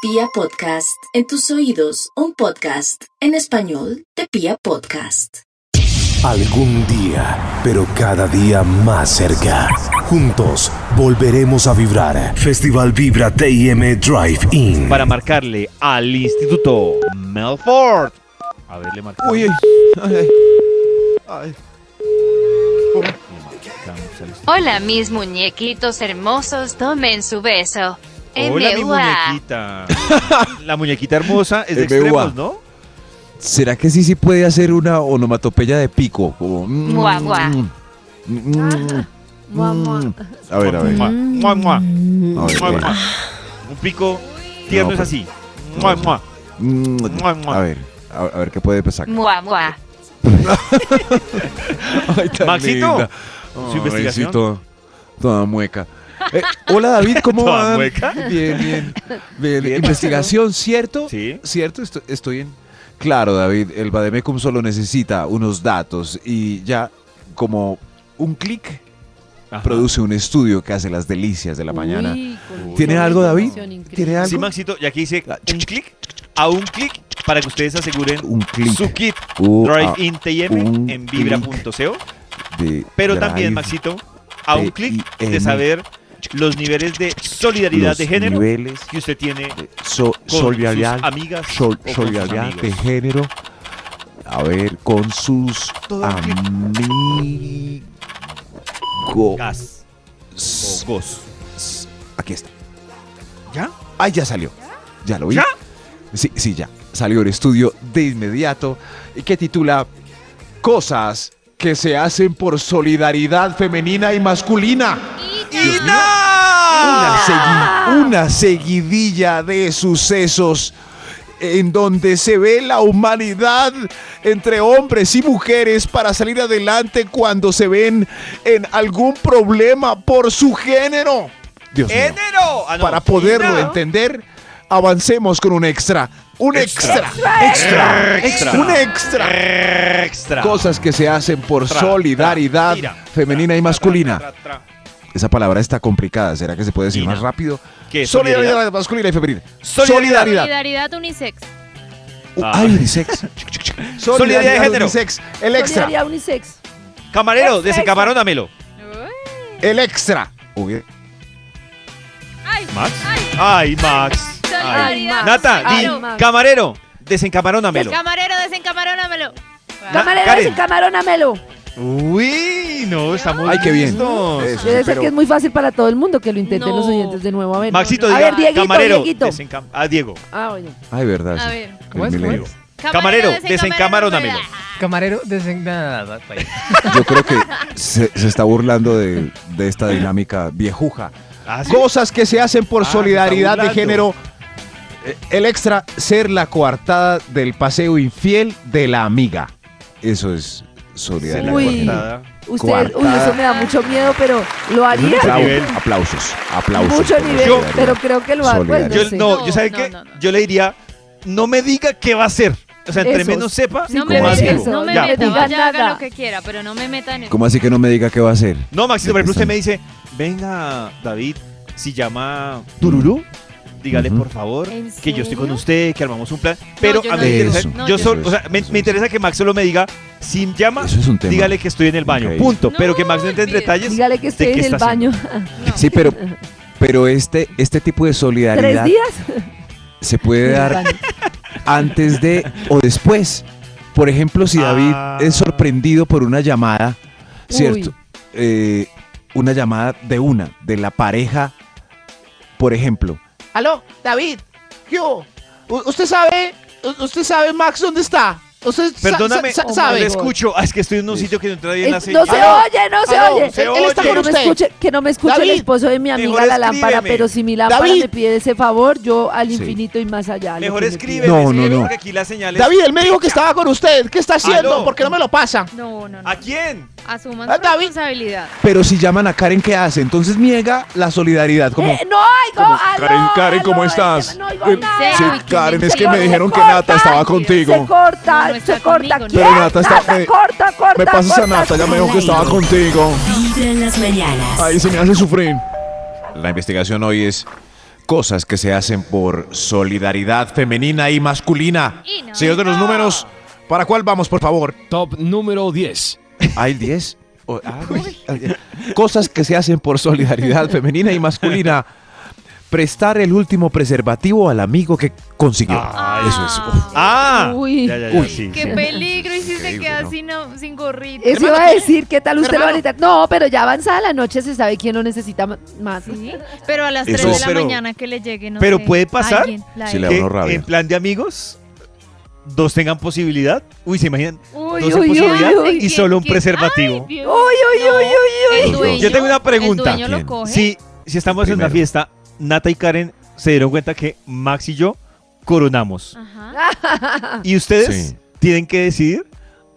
Pia Podcast, en tus oídos, un podcast en español de Pia Podcast. Algún día, pero cada día más cerca. Juntos volveremos a vibrar. Festival Vibra TIM Drive In. para marcarle al Instituto Melford. A ver, le marcamos. Uy, uy. Ay, ay. Le marcamos al instituto. Hola mis muñequitos hermosos, tomen su beso. Hola, mi MUA. muñequita. La muñequita hermosa es de MUA. extremos, ¿no? ¿Será que sí sí puede hacer una onomatopeya de pico? Como, mm, Guau, guau. mm, mm, mm. A ver, a ver. Mua, mua, mua, A ver, mua, bueno. mua. Un pico tierno No, es pues, así. no, Mua, pues. mua. Mm, Mua, mua. A ver, a a ver qué puede pasar. Mua, mua. Ay, tan Maxito, linda. su Ay, investigación. sí, toda, toda mueca. Eh, hola David, ¿cómo ¿Toda van? mueca? Bien, bien, bien. Investigación, ¿cierto? Sí. ¿Cierto? Esto- Estoy, en... Claro, David, el Bademecum solo necesita unos datos y ya como un clic Ajá. produce un estudio que hace las delicias de la mañana. Uy, con ¿Tiene toda algo, la David? información increíble. ¿Tiene algo? Sí, Maxito, y aquí dice un clic a un clic para que ustedes aseguren un clic. su kit Uh, Drive ah, in un TM en vibra.co. de Pero drive, también, Maxito, a un clic de saber los niveles de solidaridad los de género niveles que usted tiene de so- con solidaridad sus amigas sol- o con sus solidaridad de amigos. género. A ver, con sus Todo el clip. amigos. gas o gos. Aquí está. ¿Ya? Ah, ya salió. ¿Ya lo vi? ¿Ya? Sí, sí, ya. Salió el estudio de inmediato y que titula Cosas que se hacen por solidaridad femenina y masculina. Una, segui- una seguidilla de sucesos en donde se ve la humanidad entre hombres y mujeres para salir adelante cuando se ven en algún problema por su género. Dios mío. ¡Género! Ah, no. Para poderlo Ina. entender, avancemos con un extra. Un extra. Extra. Extra. Un extra. Extra. Cosas que se hacen por Tra, tra, solidaridad tira, femenina tra, y tra, masculina. tra, tra, tra. Esa palabra está complicada. ¿Será que se puede decir Ina. más rápido? ¿Qué? Solidaridad masculina y femenina. Solidaridad. Solidaridad unisex. Uh, Ah. Ay, unisex. Solidaridad de género. unisex. El extra. Solidaridad unisex. Camarero, Extra, desencabarónamelo. El extra. Uy, Ay, ¿Max? Ay, Max. Ay. Ay, Max. Nata, Ay, di, no, Max. camarero, desencabarónamelo. Camarero, desencabarónamelo. Na- Camarero, Ah, Karen. desencamarónamelo. Uy, no, estamos Ay, qué bien. listos. Eso. Debe ser Pero- que es muy fácil para todo el mundo que lo intenten No. los oyentes de nuevo. A ver. Maxito, A diga, ver, Dieguito, camarero, Dieguito. desencam- ah, Diego. Ah, bueno. Ay, verdad. A sí. ver. Ah, El ¿Cómo es? ¿Cómo milenio. es? Camarero, desencabarónamelo. Camarero designada. Yo creo que se, se está burlando de, de esta dinámica viejuja. Ah, sí. Cosas que se hacen por Ah, solidaridad está de burlando. género. Eh, El extra, ser la coartada del paseo infiel de la amiga. Eso es solidaridad. Uy. de género. Nada. Usted, uy, Coartada. eso me da mucho miedo, pero lo haría. Aplausos, nivel. Aplausos, aplausos. Mucho por la nivel, Yo- solidaridad. pero creo que lo hago. Pues, no Yo, sé. no, No, yo ¿sabe no, qué? no, no. Yo le diría, no me diga qué va a hacer. O sea, entre Eso, menos sepa, sí, No me más metas, digo. no me Ya, metas. punto. diga Vaya, haga nada. lo que quiera, pero no me meta en el... ¿Cómo así que no me diga qué va a hacer? No, Maxito, por ejemplo, usted Están- me dice, venga, David, si llama Tururú, dígale Ujú. por favor ¿En que yo estoy con serio? usted, que armamos un plan. Pero yo a mí no me digo. interesa, Eso, yo yo solo, no. o sea, me, Eso es. me interesa que Max solo me diga, si llama, Eso es un tema. dígale que estoy en el baño. Increíble. Punto. No, pero que Max no entre en olvídese. detalles. Dígale que de estoy qué en el está haciendo. baño. Sí, pero, pero este, este tipo de ¿Tres solidaridad días? se puede dar Bueno, antes de o después. Por ejemplo, si David Ah. es sorprendido por una llamada, ¿cierto? Uy. Eh, una llamada de una, de la pareja, por ejemplo. Aló, David, ¿qué hubo? U- ¿Usted sabe, u- usted sabe, Max, dónde está? ¿Usted sa- Perdóname, sa- sa- oh my no le sabe? God. escucho. Ah, es que estoy en un sitio que no entra bien No hace... se oye, no se aló, oye. se Él- él oye. está con Que no me usted. escuche- que no me escuche el David, esposo de mi amiga mejor la lámpara, escríbeme. pero si mi lámpara David. me pide ese favor, yo al Sí. infinito y más allá. lo Mejor que me pida. escribe. No, no, no. Porque aquí las señales... David, él me dijo que estaba con usted. ¿Qué está haciendo? Aló. ¿Por qué no me lo pasa? No, no, no. ¿A quién? Asuman Ah, su David. responsabilidad. Pero si llaman a Karen, ¿qué hace? Entonces niega la solidaridad. Como, Eh, no, ay, no, aló, Karen, Karen, aló, ¿cómo es que estás? No oigo Eh, nada. sí, Karen, es que me dijeron que corta, Nata estaba Se contigo. corta, No, no está se corta. conmigo, ¿Quién? Pero Nata está- me- corta, corta. me pasas a corta, Nata, ya me dijo que estaba contigo. Vibra en las mañanas. Ahí se me hace sufrir. La investigación hoy es cosas que se hacen por solidaridad femenina y masculina. Y no. Señor de los números, ¿para cuál vamos, por favor? Top número 10. ¿Ah, el 10? O- ah, uy. Cosas que se hacen por solidaridad femenina y masculina. Prestar el último preservativo al amigo que consiguió. Ah, Eso es. uf. ¡Ah! Uy. Ya, ya, ya, Uy. sí, Qué sí. peligro, y si se Increíble, queda ¿no? sin, no- sin gorrito. Eso iba a decir, ¿qué tal usted lo va a Hermano. necesitar? No, pero ya avanzada la noche se sabe quién lo necesita ma- más. Sí, Pero a las Eso 3 de es. la Pero- mañana que le llegue, no pero sé, puede pasar alguien, la Si ex. le da Que uno rabia. en plan de amigos, dos tengan posibilidad. Uy, se imaginan, dos Uy, uy, en uy, posibilidad uy. y solo un ¿Quién? preservativo. Uy, uy, uy, uy, uy. El Yo dueño- Yo tengo una pregunta. El dueño ¿Quién? lo coge. Si, si estamos en Primero. una fiesta, Nata y Karen se dieron cuenta que Max y yo coronamos. Ajá. Ah. Y ustedes Sí. tienen que decidir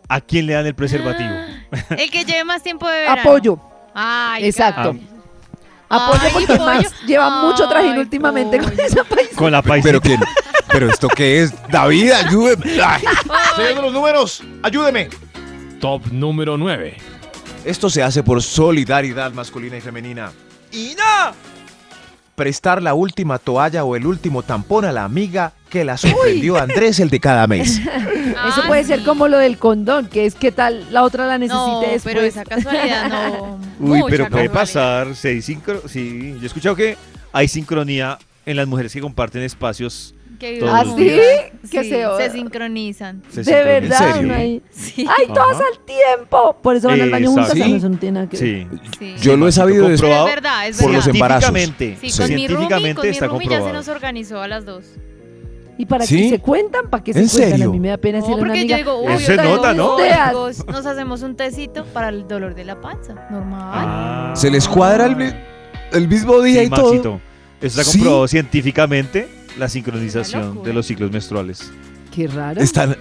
a quién le dan el preservativo. Ah. Ah, El que lleve más tiempo de verano. Apoyo, Ay, Exacto. Gaby. apoyo Ay, porque pollo. más lleva mucho trajín Ay, últimamente pollo. con esa paisa. Con la paisa. Pero quién. Pero esto qué es, David, ayúdeme. Ay, Señor de los números, ayúdeme. Top número 9. Esto se hace por solidaridad masculina y femenina. ¡Y no! Prestar la última toalla o el último tampón a la amiga que la sorprendió Andrés el de cada mes. Eso Ay, puede ser sí. como lo del condón, que es que tal la otra la necesite No, después. pero esa casualidad no. Uy, mucha pero puede casualidad. pasar. sí, hay sincro- sí, yo he escuchado que hay sincronía en las mujeres que comparten espacios. Que Todos vivan ¿Ah, juntas. sí? Que Sí, se- se sincronizan. Se de sincronizan. verdad, serio? ¿eh? uno ahí. Ah, Sí. ¡Ay, todas Ajá. al tiempo! Por eso van al baño juntas, Exacto. ah, no, eso no tiene nada que ver. Sí. sí. Yo lo he sabido Pero después. probado es verdad, es por los verdad. em- embarazos. Científicamente. Sí, Sí. con mi roomie, Científicamente con mi está roomie ya se comprobado. nos organizó a las dos. ¿Y para ¿Sí? qué se cuentan? ¿Para qué se ¿En cuentan? serio? A mí me da pena No, decirle a una porque yo amiga. digo, Eso uy, se hoy nota, tenemos ¿no? cólicos, Nos hacemos un tecito para el dolor de la panza. Normal. Ah. Se les cuadra el, mi- el mismo día Sí, y todo. Maxito. Eso está Sí. comprobado científicamente, la sincronización locura. de los ciclos menstruales. Qué raro. Están,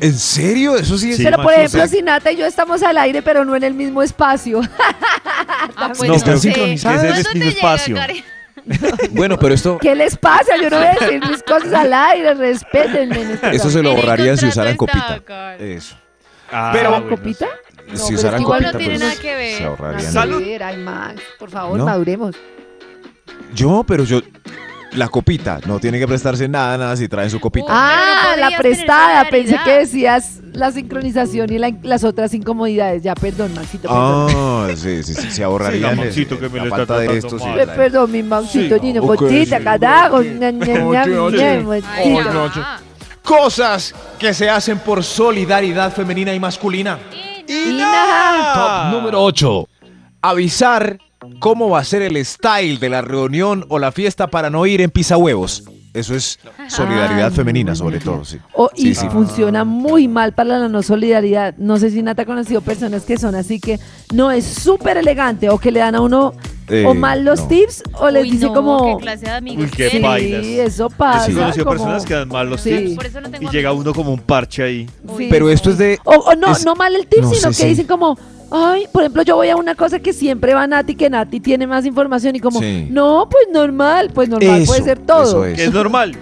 ¿En serio? Eso sí es. Este- Sí, pero, por Maxito, ejemplo, sí. si Nata y yo estamos al aire, pero no en el mismo espacio. Ah, No, están sé. sincronizadas. ¿Cuándo Es el te mismo llega, espacio. Karen? Bueno, pero esto, ¿Qué les pasa? Yo no voy a decir mis cosas al aire, respétenme. en este eso se lo En el borrarían si contrato usaran está, copita. Karen. Eso. Ah, ¿La Pero- copita? No, si pero usaran igual no copita, tiene pues, nada que ver. se ahorrarían. Nada que ver, Ay, Max, por favor, No. maduremos. Yo, pero yo. La copita. No tiene que prestarse nada, nada si traen su copita. Uy, Ah, pero la podrías prestada. tener Pensé solidaridad. que decías la sincronización y la- las otras incomodidades. Ya, perdón, Maxito. Perdón, Ah, sí, sí, sí, se ahorrarían. Sí, la eh, Maxito que eh, me la lo está falta de tratando esto, sí, mal. Pe- la- perdón, mi Maxito, Sí, niño, ok, bochita, sí. carajo. ña, ña, ña, Oye, Oh, oye. ña, ña, Ay, Oye, ya. no, yo- Cosas que se hacen por solidaridad femenina y masculina. Y nada. Top número 8. Avisar cómo va a ser el style de la reunión o la fiesta para no ir en pisahuevos. Eso es solidaridad Ay, femenina, no, sobre no. todo, sí. O- Oh, Sí, y Ah. sí. funciona muy mal para la no solidaridad. No sé si Nata ha conocido personas que son así que no es súper elegante o que le dan a uno Eh, o mal los no. tips o les Uy, dice no, como qué clase de amigos Uy, qué tiene. paila. Sí, bailas. eso pasa. Sí. He conocido como- personas que dan mal los Sí. tips Por eso no tengo y llega amigos. uno como un parche ahí. Uy, Pero esto es de. O, o no, es- no mal el tip, no sino sé, que sí. dicen como, ay, por ejemplo, yo voy a una cosa que siempre va Nati, que Nati tiene más información y como, Sí. no, pues normal, pues normal puede Eso, ser todo. eso es. Que es normal.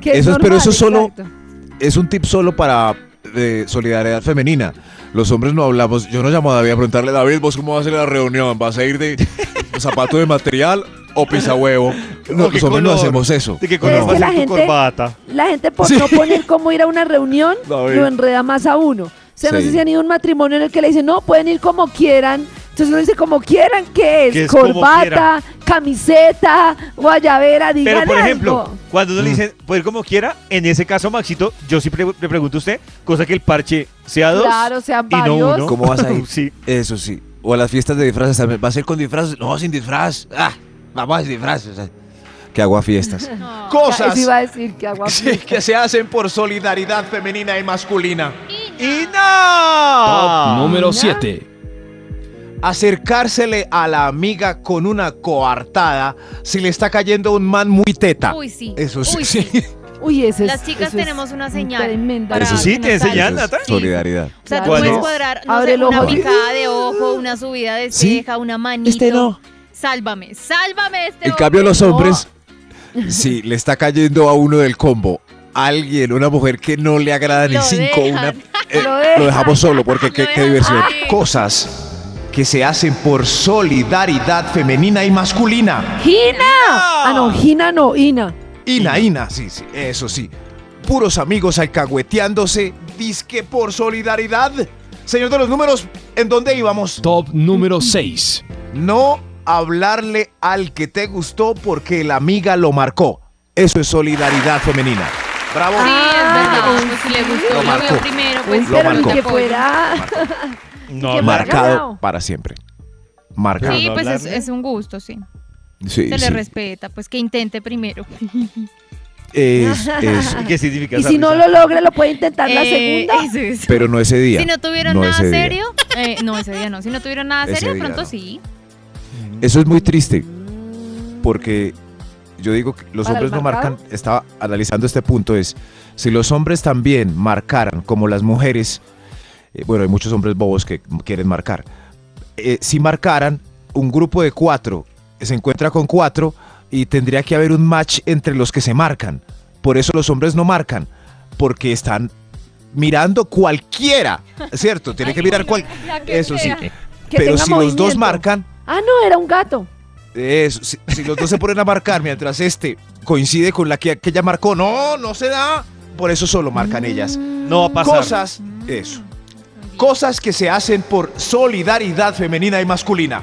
que es Eso es- pero eso normal, solo- exacto. es un tip solo para eh, solidaridad femenina. Los hombres no hablamos. Yo no llamo a David a preguntarle, David, ¿vos cómo va a ser la reunión? ¿Vas a ir de zapato de material o pisahuevo? No, ¿O qué los hombres no color? hacemos eso. ¿De qué No, color Es va a que ser la tu gente- corbata? La gente por no poner cómo ir a una reunión A ver. lo enreda más a uno. O sea, no Sí. sé si han ido a un matrimonio en el que le dicen, no, pueden ir como quieran. Entonces uno dice, como quieran, ¿qué es? Que es como Corbata, camiseta, guayabera, Pero, digan por ejemplo, algo. cuando uno le Mm. dicen, pues como quiera, en ese caso, Maxito, yo siempre le pregunto a usted, cosa que el parche sea dos Claro, sean y no varios. uno. ¿Cómo vas a ir? sí. Eso sí. O a las fiestas de disfraces también. ¿Va a ser con disfraz? No, sin disfraz. Ah, vamos a disfraz. O sea, que hago a fiestas. No. Ya, Eso iba a decir que agua Sí, que se hacen por solidaridad femenina y masculina. ¡Y no! Ah. Top número mira. 7. Acercársele a la amiga con una coartada si le está cayendo un man muy teta. Uy, sí. Eso sí. Uy, sí. Uy, ese es- Las chicas eso es tenemos una señal Tremenda. para Eso eh, sí, que te nos salga. enseñan, Eso es Nata. solidaridad. O sea, tú Bueno. puedes cuadrar, no Abre sé, el una ojo. Este picada de ojo, una subida de Sí. ceja, una manito. Sálvame, sálvame este En cambio, los hombre. hombres, si le está cayendo a uno del combo, alguien, una mujer que no le agrada ni Lo cinco, dejan. una, eh, Lo dejan. lo dejamos solo porque qué, Lo qué dejan. diversión. Ay. Cosas que se hacen por solidaridad femenina y masculina. ¡Gina! Ah, no, Gina no, Ina. Ina, Ina, sí, sí, eso sí. Puros amigos alcahueteándose, disque por solidaridad. Señor de los números, ¿en dónde íbamos? Top número 6. No hablarle al que te gustó porque la amiga lo marcó. Eso es solidaridad femenina. Bravo. Oh, Sí, es Ah, verdad. Pues si le gustó, Lo lo, marcó. veo primero. Uy, Pues Lo pero ni marcó. que fuera. No, ¿Qué no, marca? Marcado ganado. para siempre. Marcado. Sí, no pues es, hablarle. es un gusto, sí. Sí, Se le sí. respeta, pues que intente primero. Es- es- ¿Qué significa Y esa si no risa? lo logra, lo puede intentar la Eh, segunda. eso es. pero no ese día. Si no tuvieron no nada ese día. serio, eh, no, ese día no. Si no tuvieron nada Ese serio, de día pronto no. sí. Eso es muy triste porque yo digo que los ¿Para el hombres no marcado? marcan, estaba analizando este punto, es si los hombres también marcaran como las mujeres, eh, bueno, hay muchos hombres bobos que quieren marcar, eh, si marcaran un grupo de cuatro, se encuentra con cuatro y tendría que haber un match entre los que se marcan. Por eso los hombres no marcan, porque están mirando cualquiera, ¿cierto? Tiene que mirar cual... Eso sí. Que Pero tenga si los dos movimiento. marcan, Ah, no, era un gato. eso, si, si los dos se ponen a marcar mientras este coincide con la que aquella marcó, no, no se da. Por eso solo marcan ellas. Mm. No va a pasar. Cosas, eso. Cosas que se hacen por solidaridad femenina y masculina.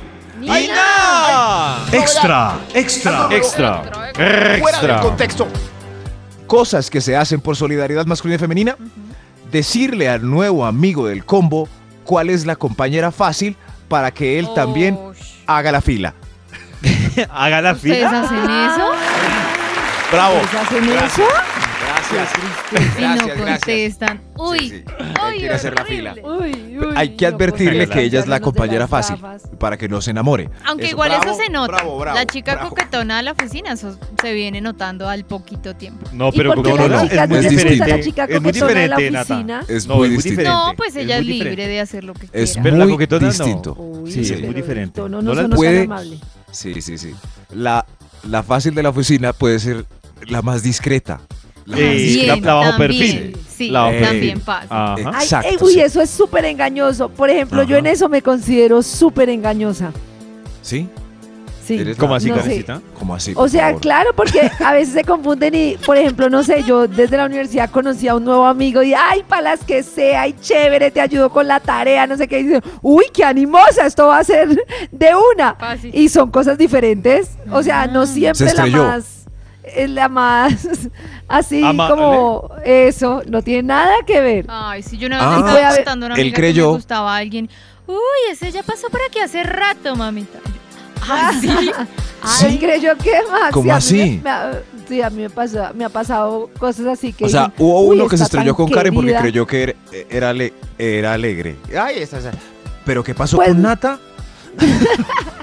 ¡Ay, no! Extra, extra. Extra. Fuera del Extra. contexto. Cosas que se hacen por solidaridad masculina y femenina. Decirle al nuevo amigo del combo cuál es la compañera fácil para que Oh. él también Ush. haga la fila. Haga la ¿Ustedes fila. hacen eso? Bravo. ¿Ustedes hacen eso? Gracias. y no contestan. Uy, Sí, sí. Él uy, quiere hacer la fila. horrible. Uy, uy, Hay que no, pues, por advertirle favor, que ella es la los de compañera las fácil gafas. para que no se enamore. Aunque Eso, igual bravo, eso se nota. bravo, bravo, la chica bravo. coquetona de la oficina eso se viene notando al poquito tiempo. No, ¿Y pero por qué como Coca-Cola la no, chica es no muy le gusta a la diferente, chica es muy coquetona de la diferente, Nata. oficina? Es No, muy es muy distinto. diferente. No, pues ella es, muy libre diferente. de hacer lo que Es quiera. Pero la muy coquetona no. distinto. Uy, Sí, es pero muy diferente. No, No no, la son puede- tan amables. Sí, sí, sí. La, la fácil de la oficina puede ser la más discreta. La más Eh, También, la- la bajo Ah, también, perfil. Sí, La bajo también perfil. pasa. Ah. Ajá. Ay, Exacto, ey, uy, sí. eso es súper engañoso. Por ejemplo, yo Ajá. en eso me considero súper engañosa. ¿Sí? Sí. Eres- ¿Cómo así, No sé. Karencita? ¿Cómo así? O por sea, favor? claro, porque a veces se confunden y, por ejemplo, no sé, yo desde la universidad conocí a un nuevo amigo y, ay, palas que sea, ay, chévere, te ayudo con la tarea, no sé qué. Y dicen, uy, qué animosa, esto va a ser de una. Fácil. Y son cosas diferentes. O sea, no Ah. siempre Se la estrelló. más. Es la más. Así Amable. como eso, no tiene nada que ver. Ay, si yo una vez Ah, le Voy a estaba ver- gustando a una Él amiga creyó. que me gustaba a alguien. Uy, ese ya pasó por aquí hace rato, mamita. Yo, Ah. Ay, sí. Ay, Sí. creo yo que más. ¿Cómo Sí, a mí así? me- me ha- sí, a mí me, pasó, me ha pasado cosas así que. O sea, dicen, hubo "Uy, uno que se está estrelló tan con Karen porque querida". creyó que era, era, ale- era alegre. Ay, esa, esa. ¿Pero qué pasó Pues- con Nata?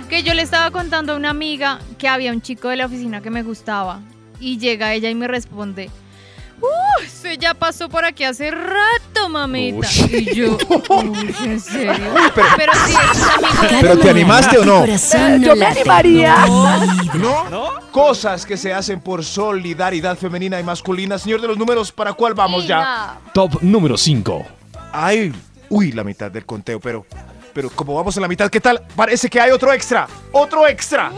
Que yo le estaba contando a una amiga que había un chico de la oficina que me gustaba. Y llega ella y me responde. Uy, ese ya pasó por aquí hace rato, mamita. Y yo, uy, ¿en serio? Ah, Pero, sí, es un amigo de- ¿Pero te animaste o no? Eh, yo me animaría. No. Cosas que se hacen por solidaridad femenina y masculina. Señor de los números, ¿para cuál vamos ya? Top número 5. Ay, uy, la mitad del conteo, pero pero como vamos en la mitad, ¿qué tal? Parece que hay otro extra, otro extra.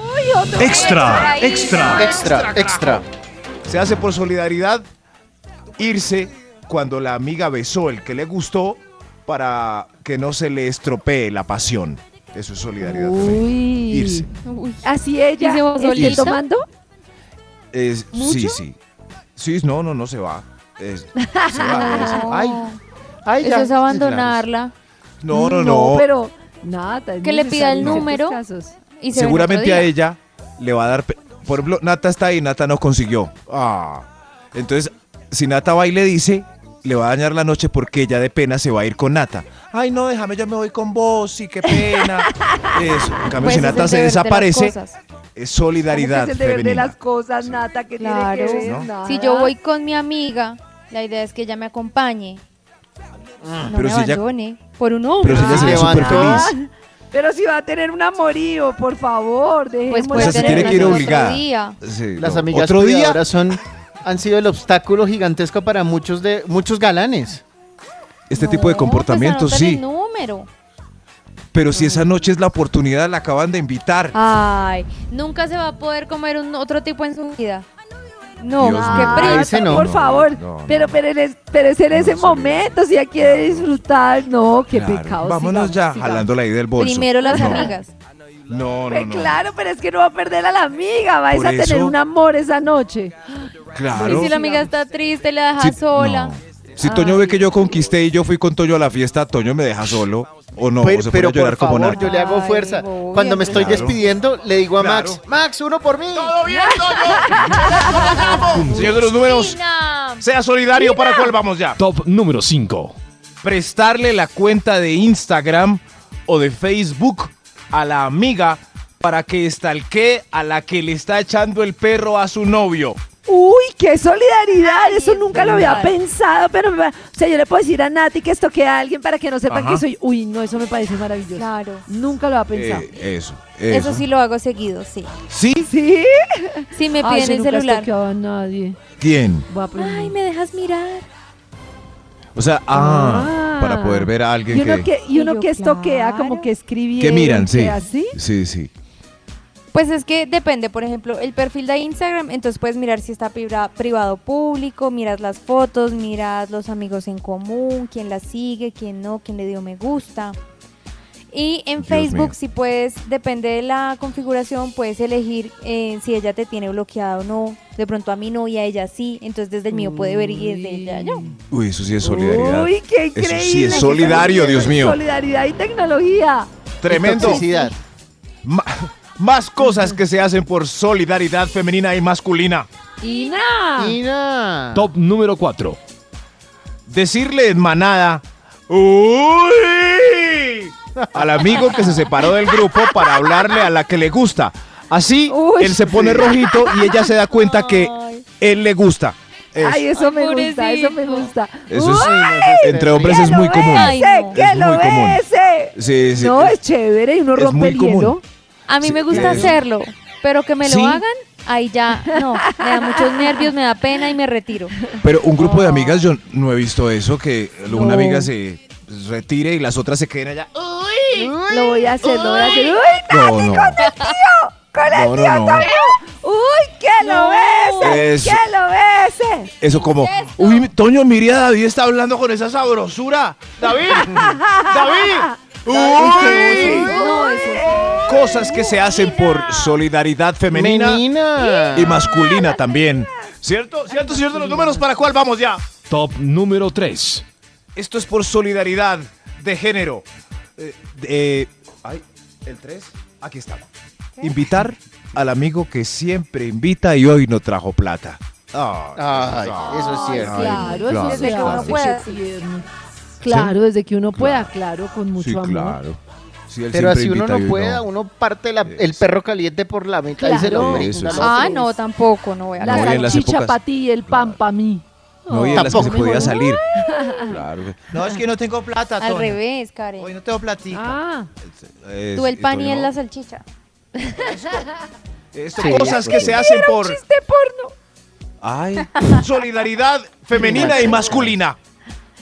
Extra, extra. Extra, extra. Se hace por solidaridad irse cuando la amiga besó el que le gustó para que no se le estropee la pasión. Eso es solidaridad. femenina. Irse. Uy. Uy, Así ella ¿Dice vos esté solita? tomando. Es- sí, ¿Mucho? sí. Sí, no, no, no se va. Es- se va, es- No. ay, ay, ya. Eso es abandonarla. No, no, no. pero nada. es Que le pida el necesario en número. ciertos casos. Y se ven otro Seguramente a día. ella le va a dar. pe- Por ejemplo, Nata está ahí, Nata no consiguió. Ah. Entonces, si Nata va y le dice, le va a dañar la noche porque ella de pena se va a ir con Nata. Ay, no, déjame, yo me voy con vos, sí, qué pena. Eso. En cambio, Pues si es Nata el se deber de las desaparece, cosas. es Como que solidaridad Es el deber de femenina. las cosas, Nata, que Claro. tiene que ver. ¿No? nada. Si yo voy con mi amiga, la idea es que ella me acompañe. No Ah. pero me si ella- abandone por un hombre. Pero si ella se ve Ah, súper Ah, feliz. Pero si va a tener un amorío, por favor, Pues dejémosla puede O sea, se tener tiene que ir relación otro obligada. día. Sí, Las no. Pero Las amigas Otro día, cuidadoras son, han sido el obstáculo gigantesco para muchos, de, muchos galanes. este tipo de No, pues comportamientos, anotan el sí. número. Pero si esa noche es la oportunidad, la acaban de invitar. Ay, nunca se va a poder comer un otro tipo en su vida. No, Dios Ay, qué pero, príncipe. Ah, por no, favor, no, no. pero, pero, en es, pero es en ese momento, si ella quiere disfrutar, no, qué Claro. pecado. Vámonos sigamos, ya, sigamos. jalando la idea del bolso. Primero las No, amigas. No, no, Pues no. Claro, pero es que no va a perder a la amiga, vais Por a tener eso- un amor esa noche. Claro. Y si la amiga está triste, la deja Sí, sola. Si Toño ve que yo conquisté y yo fui con Toño a la fiesta, Toño me deja solo. O no, pero o se pone pero a llorar por como favor, narco. yo le hago Ay, fuerza. voy, Cuando me estoy Claro. despidiendo, le digo a Max, Claro. Max, uno por mí. Señor de los números, Nina. sea solidario para cuál vamos ya. Top número 5. Prestarle la cuenta de Instagram o de Facebook a la amiga para que estalquee a la que le está echando el perro a su novio. Uy, qué solidaridad, Ay, eso es nunca lo había verdad. pensado, pero me pa- o sea, yo le puedo decir a Nati que estoque a alguien para que no sepan Ajá. que soy. Uy, no, eso me parece maravilloso. Claro. Nunca lo había pensado. Eh, eso, Eso eso. sí lo hago seguido, sí. ¿Sí? ¿Sí? Si me Ay, piden yo el nunca celular. estoqueaba a nadie. ¿Quién? Voy a aprender. Ay, me dejas mirar. O sea, ah, Ah. para poder ver a alguien y uno que, y uno Yo, que estoquea, como claro. que escribía. Que miran, sí. así. Sí, sí. Pues es que depende, por ejemplo, el perfil de Instagram, entonces puedes mirar si está privado, privado público, miras las fotos, miras los amigos en común, quién la sigue, quién no, quién le dio me gusta. Y en Dios mío. Facebook, si puedes, depende de la configuración, puedes elegir eh, si ella te tiene bloqueada o no. De pronto a mí no y a ella sí, entonces desde el mío puede ver y desde ella yo. Uy, eso sí es solidaridad. Uy, qué Eso sí increíble. es solidario, Dios mío. Solidaridad y tecnología. Tremendo. Toxicidad. Ma- más cosas que se hacen por solidaridad femenina y masculina. Y nada. Ina. Top número 4. Decirle en manada, "Uy", al amigo que se separó del grupo para hablarle a la que le gusta. Así Uy. él se pone rojito y ella se da cuenta que él le gusta. Es- Ay, eso Ay, me gusta, eso me pobrecito. gusta. eso es- ¡Uy! entre hombres es muy común. Ay, no. ¡Que Es lo muy común. bese! Sí, sí. No, es chévere y uno es rompe muy el común. hielo. A mí Sí, me gusta claro. hacerlo, pero que me lo Sí. hagan, ahí ya, no, me da muchos nervios, me da pena y me retiro. Pero un grupo de amigas, yo no he visto eso, que No. una amiga se retire y las otras se queden allá. Lo voy a hacer, lo voy a hacer. ¡Uy, No, Nati, no. con el tío! ¡Con el No, no, tío no. Toño! ¡Uy, que lo No. bese! Eso. ¡Que lo bese! Eso como, uy, Toño, mire a David está hablando con esa sabrosura. David, David. Uy. No, eso Cosas que se hacen por solidaridad femenina Menina. y masculina también. ¿Cierto? ¿Cierto, señor de los números? ¿Para cuál vamos ya? Top número 3. Esto es por solidaridad de género. Eh, eh, ay, el 3. Aquí está. Invitar al amigo que siempre invita y hoy no trajo plata. Ah, Ay, eso es cierto. Claro, Claro, eso se claro. hace, Desde que uno se tierno. Claro, desde que uno pueda, claro, con mucho amor. Sí, él Pero siempre así uno invita y no hoy pueda, uno parte la- el perro caliente por la mitad y se lo Claro. brinda. Eso ¿no? Ah, Así no, es. tampoco, no voy a La No, y en las salchicha épocas- para ti y el pan para mí. No, y en las que se Tampoco. podía salir. Claro. No, es que no tengo plata, Al revés, Karen. no tengo platica. Ah, Es- Tú el pan y Toño, él la salchicha. esto, Sí, cosas sí. que se hacen por chiste porno. ay, solidaridad femenina y masculina.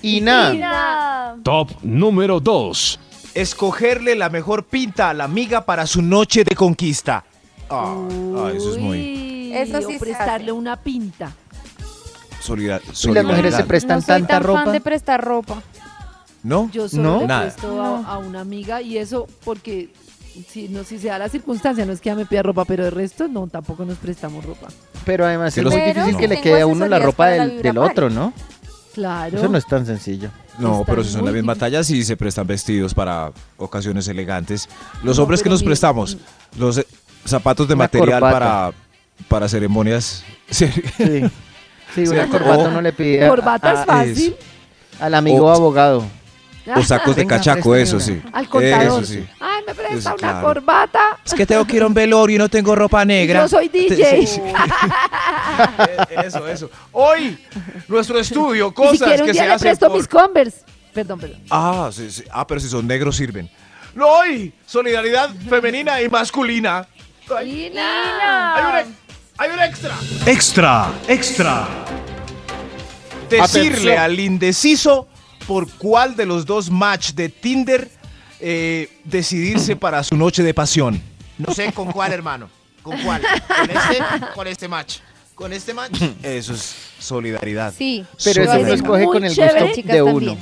Ina. Top número 2. Escogerle la mejor pinta a la amiga para su noche de conquista. Ah, ah, eso es muy Uy, Eso sí o se prestarle hace. una pinta. solidar- Y las mujeres se solidaridad. prestan no soy tanta tan ropa. fan de prestar ropa. ¿No? Yo solo No. le Nada. presto a, a una amiga y eso porque si no si se da la circunstancia, no es que ella me pida ropa, pero el resto no, tampoco nos prestamos ropa. Pero además Que es los- muy Pero difícil que tengo le quede a uno la asesorías ropa para la del, del Vibrapal. otro, ¿no? Claro. Eso no es tan sencillo. No, Está pero si son la muy misma difícil. talla, sí se prestan vestidos para ocasiones elegantes. Los No, hombres que pero nos mire, prestamos, los eh, zapatos de Una material corbata. para, para ceremonias. Sí. Sí. Sí, Oh. Sí, una o- corbata no le pide a- Corbata es a- fácil. al amigo o- abogado. Ah, O sacos de Venga, cachaco, préstame eso una. sí. Ah, Al contador. Eso sí. Ay, me presta Eso, una claro. corbata. Es que tengo que ir a un velorio y no tengo ropa negra. Yo soy DJ. Eh, Eso, eso. Hoy, nuestro estudio, y si cosas quiere un que día se le hacen presto por- mis Converse. Perdón, perdón. Ah, sí, sí. ah, pero si son negros sirven. No hoy, solidaridad femenina y masculina. Hay un, extra. Extra, extra. Decirle Atención. al indeciso por cuál de los dos match de Tinder eh, decidirse para su noche de pasión? No sé con cuál, hermano. ¿Con cuál? ¿Con este? ¿Con este match? ¿Con este match? Eso es solidaridad. Sí. Pero eso uno escoge con el gusto de uno.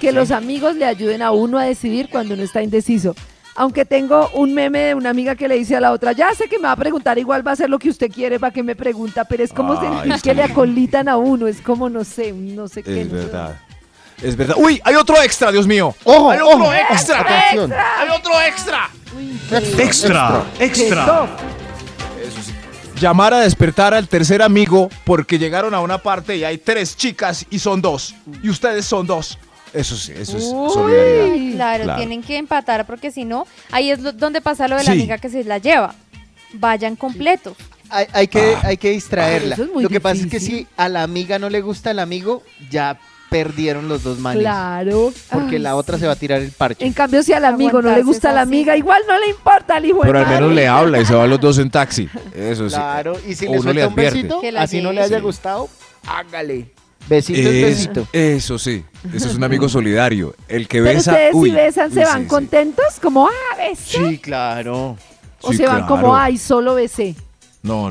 que los amigos le ayuden a uno a decidir cuando uno está indeciso. Aunque tengo un meme de una amiga que le dice a la otra, ya sé que me va a preguntar, igual va a hacer lo que usted quiere para que me pregunta, pero es como Ay, sentir sí. que le acolitan a uno, es como no sé, un no sé qué. Es no sé. verdad. Es verdad. ¡Uy! ¡Hay otro extra, Dios mío! ¡Ojo! ¡Hay otro ojo, extra! ¡Atención! ¡Hay otro extra! Extra, extra. Qué Llamar a despertar al tercer amigo porque llegaron a una parte y hay tres chicas y son dos. Y ustedes son dos. Eso sí, eso es solidaridad. Ay, Claro, Claro. tienen que empatar porque si no, ahí es lo- donde pasa lo de la Sí. amiga que se la lleva. Vayan completos. Hay, hay que, hay que distraerla. Eso es Lo muy que pasa es que difícil. si a la amiga no le gusta el amigo, ya perdieron los dos manes. Claro. Porque Ay, la otra se va a tirar el parche. En cambio, si al amigo no le Aguantarse gusta es la así. amiga, igual no le importa al hijo de Pero al menos madre. le habla y se van los dos en taxi. Eso sí. Claro, y si O le uno suelta un advierte. besito, Que la así no le lleve. haya Sí. gustado, hágale. Besito es Es- besito. Eso sí. Eso es un amigo solidario. El que Pero besa. ustedes uy, si besan, uy, ¿se sí, van sí. contentos? Como, ah, besé. Sí, claro. o Sí, se van como, claro. ay, solo besé. No,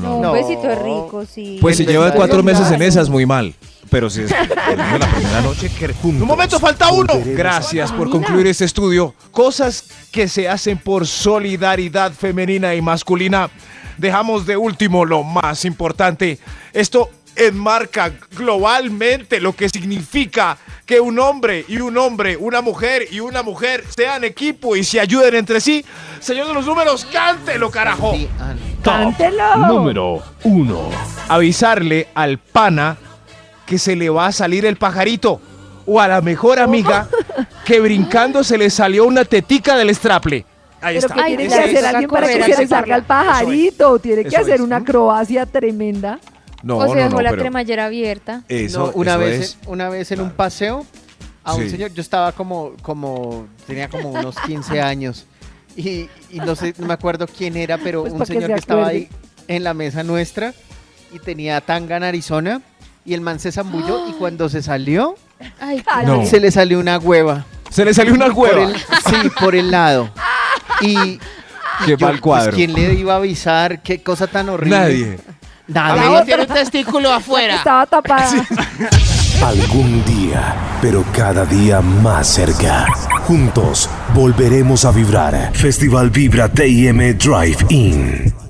No, no, no. un No. besito es rico, sí. Pues si Pues, llevan ¿verdad? cuatro Dios, meses en claro. esas, muy mal. Pero si es terminó la primera noche, que Juntos, ¡Un momento, falta uno! volveremos- Gracias por Mira. concluir este estudio. Cosas que se hacen por solidaridad femenina y masculina. Dejamos de último lo más importante. Esto enmarca globalmente lo que significa que un hombre y un hombre, una mujer y una mujer sean equipo y se ayuden entre sí. Señor de los números, cántelo, carajo. Sí, ah, no. Top ¡Cántelo! número uno. avisarle al pana que se le va a salir el pajarito. O a la mejor amiga que brincando se le salió una tetica del straple. Ahí Pero está. que Ay, tiene que ese hacer es. alguien para que Correr se a le salga el sacarla. pajarito. tiene que Eso hacer es. una acrobacia tremenda. No, o se dejó la pero cremallera abierta. Eso, No, una eso vez, es. en- una vez en un paseo, a un Sí. señor, yo estaba como, como, tenía como unos 15 años y, y no sé, no me acuerdo quién era, pero Pues un para que señor se que estaba acuerde. ahí en la mesa nuestra y tenía tanga en Arizona y el man se zambulló y cuando se salió, Ay, No. se le salió una hueva. Se le salió una Por hueva. el- sí, por el lado. Y... y Qué mal pues, cuadro. ¿Quién le iba a avisar? Qué cosa tan horrible. Nadie. Nadie. Amigo, tiene un testículo afuera. Estaba tapada. Algún día, pero cada día más cerca. Juntos volveremos a vibrar. Festival Vibra TIM Drive In.